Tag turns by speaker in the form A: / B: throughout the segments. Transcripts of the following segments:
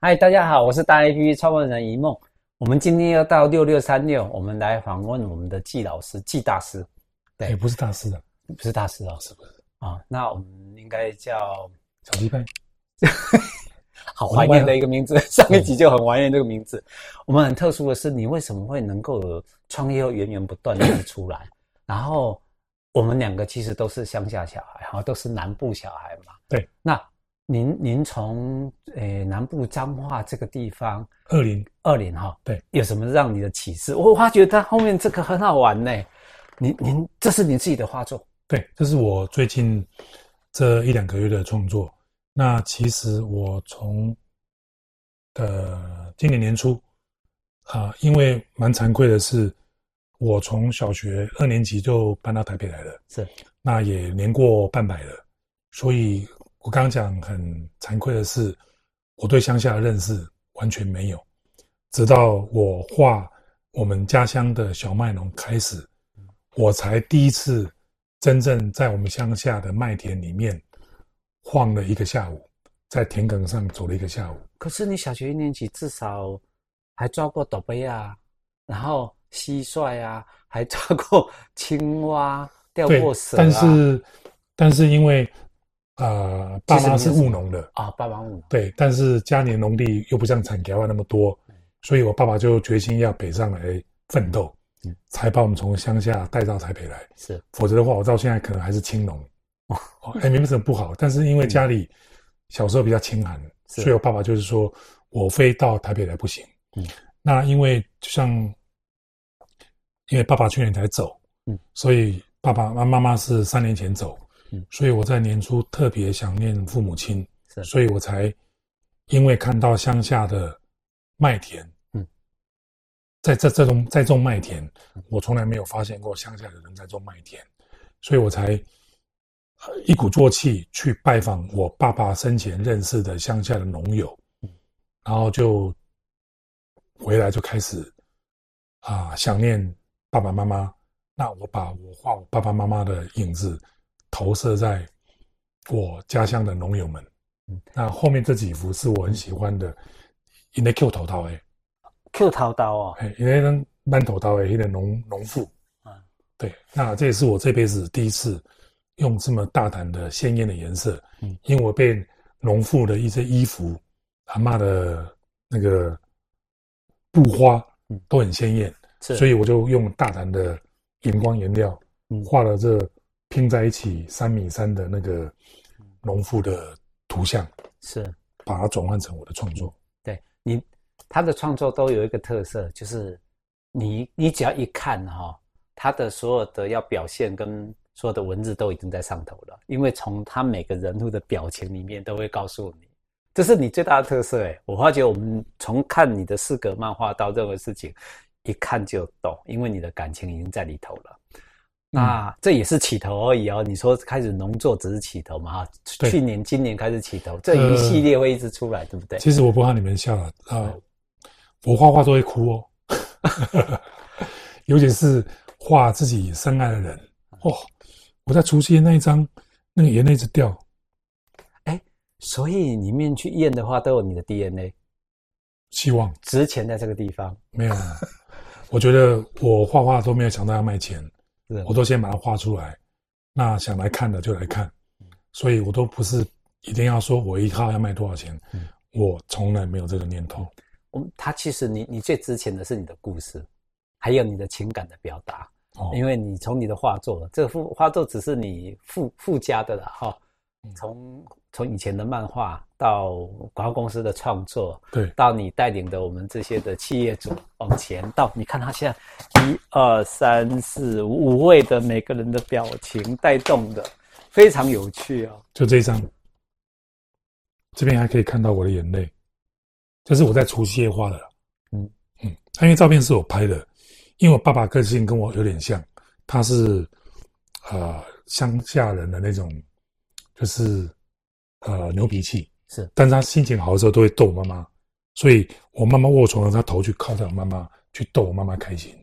A: 嗨，大家好，我是大 APP 创办人一梦。我们今天要到六六三六，我们来访问我们的季老师，季大师，对
B: 也不是大啊师的，
A: 不是大师哦，是不是？啊，那我们应该叫
B: 小鸡派。
A: 好怀念的一个名字，上一集就很怀念这个名字。我们很特殊的是，你为什么会能够有创业后源源不断的出来？然后我们两个其实都是乡下小孩，然后都是南部小孩嘛。
B: 对。
A: 那您您从诶、南部彰化这个地方
B: 二零
A: 二零哈，
B: 对，
A: 有什么让你的启示？我发觉他后面这个很好玩呢。您您这是您自己的画作，
B: 对，这是我最近这一两个月的创作。那其实我从呃今年年初啊、因为蛮惭愧的是，我从小学二年级就搬到台北来了，
A: 是
B: 那也年过半百了，所以我刚刚讲很惭愧的是，我对乡下的认识完全没有，直到我画我们家乡的小麦农开始，我才第一次真正在我们乡下的麦田里面晃了一个下午，在田埂上走了一个下午。
A: 可是你小学一年级至少还抓过斗杯啊，然后蟋蟀啊，还抓过青蛙、 钓
B: 对
A: 过，蛇啊。
B: 但是但是因为呃，爸妈是务农的，
A: 啊，八王五
B: 对，但是家里的农地又不像产台湾那么多，所以我爸爸就决心要北上来奋斗
A: 嗯，
B: 才把我们从乡下带到台北来。
A: 是
B: 否则的话，我到现在可能还是青农。哦，哎，没什么不好，但是因为家里小时候比较清寒，
A: 嗯是
B: 所以我爸爸就是说我非到台北来不行。
A: 嗯，
B: 那因为就像，因为爸爸去年才走，
A: 嗯，
B: 所以爸爸妈妈妈是三年前走，
A: 嗯，
B: 所以我在年初特别想念父母亲，
A: 是
B: 所以我才因为看到乡下的麦田，
A: 嗯，
B: 在这这种在种麦田，我从来没有发现过乡下的人在种麦田，所以我才呃一鼓作气去拜访我爸爸生前认识的乡下的农友，然后就回来就开始啊、想念爸爸妈妈。那我把我画我爸爸妈妈的影子投射在我家乡的农友们。那后面这几幅是我很喜欢的，哎因为 Q 头刀诶，
A: Q 淘刀哦，
B: 哎，因为咱咱头刀诶，一个农农妇
A: 啊，
B: 对，那这也是我这辈子第一次用这么大胆的鲜艳的颜色，
A: 嗯
B: 因为我被农妇的一些衣服、阿嬷的那个布花
A: 嗯
B: 都很鲜艳，
A: 是
B: 所以我就用大胆的荧光颜料
A: 嗯
B: 画了这拼在一起三米三的那个
A: 嗯
B: 农妇的图像，
A: 是
B: 把它转换成我的创作。
A: 对你他的创作都有一个特色，就是你你只要一看哈、他的所有的要表现跟所有的文字都已经在上头了，因为从他每个人物的表情里面都会告诉你，这是你最大的特色哎。我发觉我们从看你的四格漫画到任何事情，一看就懂，因为你的感情已经在里头了。那这也是起头而已哦。你说开始农作只是起头嘛？哈，
B: 对
A: 去年、今年开始起头，这一系列会一直出来，对不对？
B: 其实我不怕你们笑了啊、呃我画画都会哭哦， 尤其是画自己深爱的人
A: 嗯
B: 哦。我在除夕夜那一张，那个眼泪一直掉，
A: 所以里面去验的话，都有你的 DNA
B: 希望
A: 值钱在这个地方，
B: 没有 啊。我觉得我画画都没有想到要卖钱，
A: 是
B: 我都先把它画出来，那想来看的就来看，
A: 嗯
B: 所以我都不是一定要说我一号要卖多少钱，
A: 嗯
B: 我从来没有这个念头。
A: 我它其实你你最值钱的是你的故事，还有你的情感的表达，
B: 哦，
A: 因为你从你的画作，这幅画作只是你附附加的啦哈，从从以前的漫画到广告公司的创作，
B: 对
A: 到你带领的我们这些的企业主往前，到你看他现在一二三四五位的每个人的表情带动的，非常有趣哦。
B: 就这一张，这边还可以看到我的眼泪，这是我在除夕夜画的啦。
A: 嗯
B: 嗯，啊因为照片是我拍的，因为我爸爸个性跟我有点像，他是呃乡下人的那种，就是呃牛脾气，
A: 是
B: 但是他心情好的时候都会逗我妈妈，所以我妈妈卧床的时候，他头去靠在我妈妈，去逗我妈妈开心。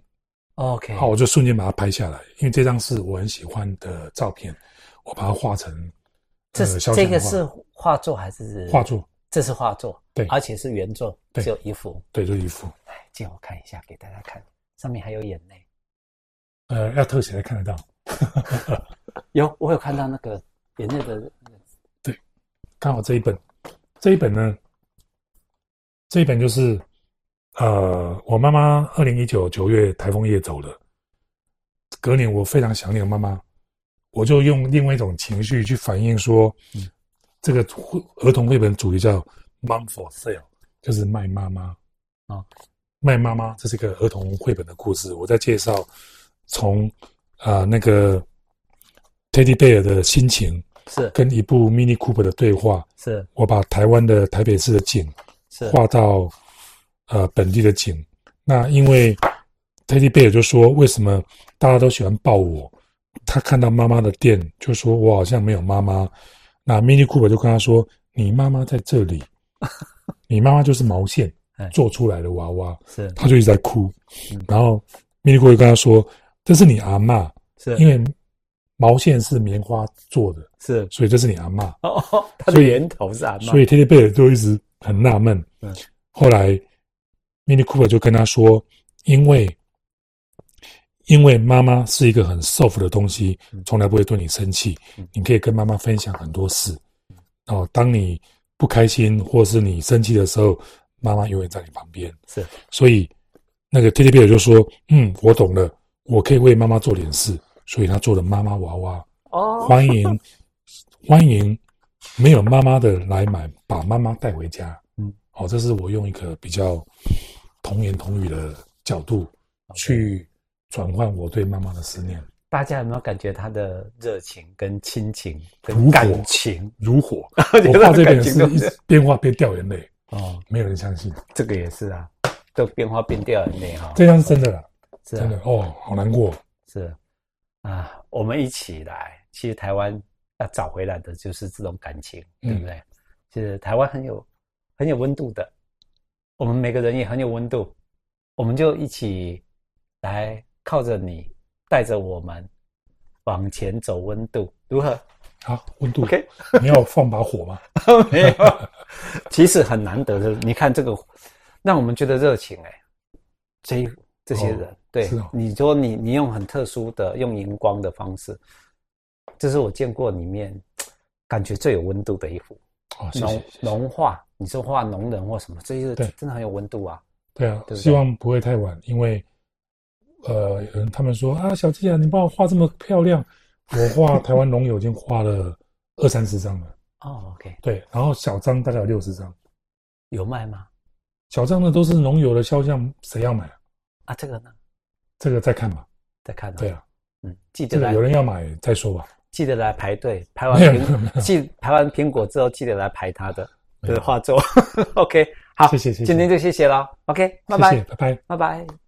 A: OK，
B: 好，我就瞬间把它拍下来，因为这张是我很喜欢的照片，我把它画成
A: 这
B: 呃
A: 是
B: 肖
A: 这
B: 像
A: 个
B: 画
A: 是画作还是
B: 画作，
A: 这是画作，
B: 对
A: 而且是原作，
B: 对
A: 只有一幅。
B: 对，这一幅，
A: 哎，借我看一下，给大家看，上面还有眼泪。
B: 呃，要特写才看得到。
A: 有，我有看到那个眼泪的，
B: 刚好这一本，这一本呢，这一本就是，呃，我妈妈二零一九九月台风夜走了，隔年我非常想念我妈妈，我就用另外一种情绪去反映说，这个儿童绘本主题叫 “Mom for Sale”，就是卖妈妈
A: 哦，
B: 卖妈妈，这是一个儿童绘本的故事。我在介绍从啊、呃那个 Teddy Bear 的心情。
A: 是
B: 跟一部 Mini Cooper 的对话，
A: 是
B: 我把台湾的台北市的景
A: 是，
B: 画到呃本地的景。那因为 Teddy Bear 就说，为什么大家都喜欢抱我？他看到妈妈的店，就说我好像没有妈妈。那 Mini Cooper 就跟他说，你妈妈在这 里，你妈妈就是毛线
A: 哎
B: 做出来的娃娃。
A: 是
B: 他就一直在哭
A: 嗯，
B: 然后 Mini Cooper 就跟他说，这是你阿嬷，
A: 是，
B: 因为毛线是棉花做的，
A: 是
B: 所以这是你阿嬷。
A: 哦， 它
B: 所
A: 的
B: 以
A: 源头是阿妈，
B: 所以 Teddy Bear 就一直很纳闷。
A: 嗯
B: 后来 Mini Cooper 就跟他说，因为因为妈妈是一个很 soft 的东西
A: 嗯，
B: 从来不会对你生气
A: 嗯，
B: 你可以跟妈妈分享很多事。哦，当你不开心或是你生气的时候，妈妈永远在你旁边。
A: 是
B: 所以那个 Teddy Bear 就说：“嗯，我懂了，我可以为妈妈做点事。”所以他做了妈妈娃娃。
A: 哦，
B: 欢迎欢迎没有妈妈的来买，把妈妈带回家。
A: 嗯，
B: 好、这是我用一个比较童言童语的角度去转换我对妈妈的思念，
A: 大家有没有感觉他的热情、跟亲情、
B: 如
A: 跟
B: 火
A: 感情？
B: 如火。
A: 我觉
B: 我
A: 得
B: 画
A: 他的
B: 这本
A: 感情
B: 是
A: 都
B: 一直边画边掉眼泪，
A: 哦，
B: 没有人相 信，
A: 这个也是啊，都变化变掉眼泪哈，
B: 这张是真的啦，
A: 是
B: 真的
A: 啊，
B: 哦，好难过。
A: 是啊，我们一起来，其实台湾要找回来的就是这种感情，
B: 嗯
A: 对不对？其实台湾很有很有温度的，我们每个人也很有温度，我们就一起来靠着你，带着我们往前走，温度如何
B: 好，温度
A: ？OK。
B: 你要放把火 吗？
A: 没有， 其实很难得的。你看这个，让我们觉得热情哎、这一这些人，
B: 哦
A: 对
B: 是哦，
A: 你说你你用很特殊的用荧光的方式，这是我见过里面感觉最有温度的一幅
B: 好、谢谢
A: 农
B: 谢谢。
A: 农画。你说画农人或什么，这些
B: 对
A: 真的很有温度啊。
B: 对啊，
A: 对不对
B: 希望不会太晚，因为呃，有人他们说啊，小季啊，你帮我画这么漂亮， 我画台湾龙友已经画了二三十张了，
A: 哦，OK，
B: 对，然后小张大概有六十张，
A: 有卖吗？
B: 小张的都是龙友的肖像，谁要买啊？
A: 啊，这个呢，
B: 这个再看吧。
A: 再看、啊。
B: 对，啊，
A: 嗯，记
B: 这
A: 得
B: 个
A: 来
B: 有人要买再说吧。
A: 记得来排队，排完
B: 没有没有没
A: 苹
B: 有
A: 记排完苹果之后，记得来排他的
B: 没有
A: 的画作。OK，好，
B: 谢谢谢谢
A: 今天就谢谢了。OK，拜
B: 谢
A: 拜，
B: 谢，拜拜。
A: 拜拜。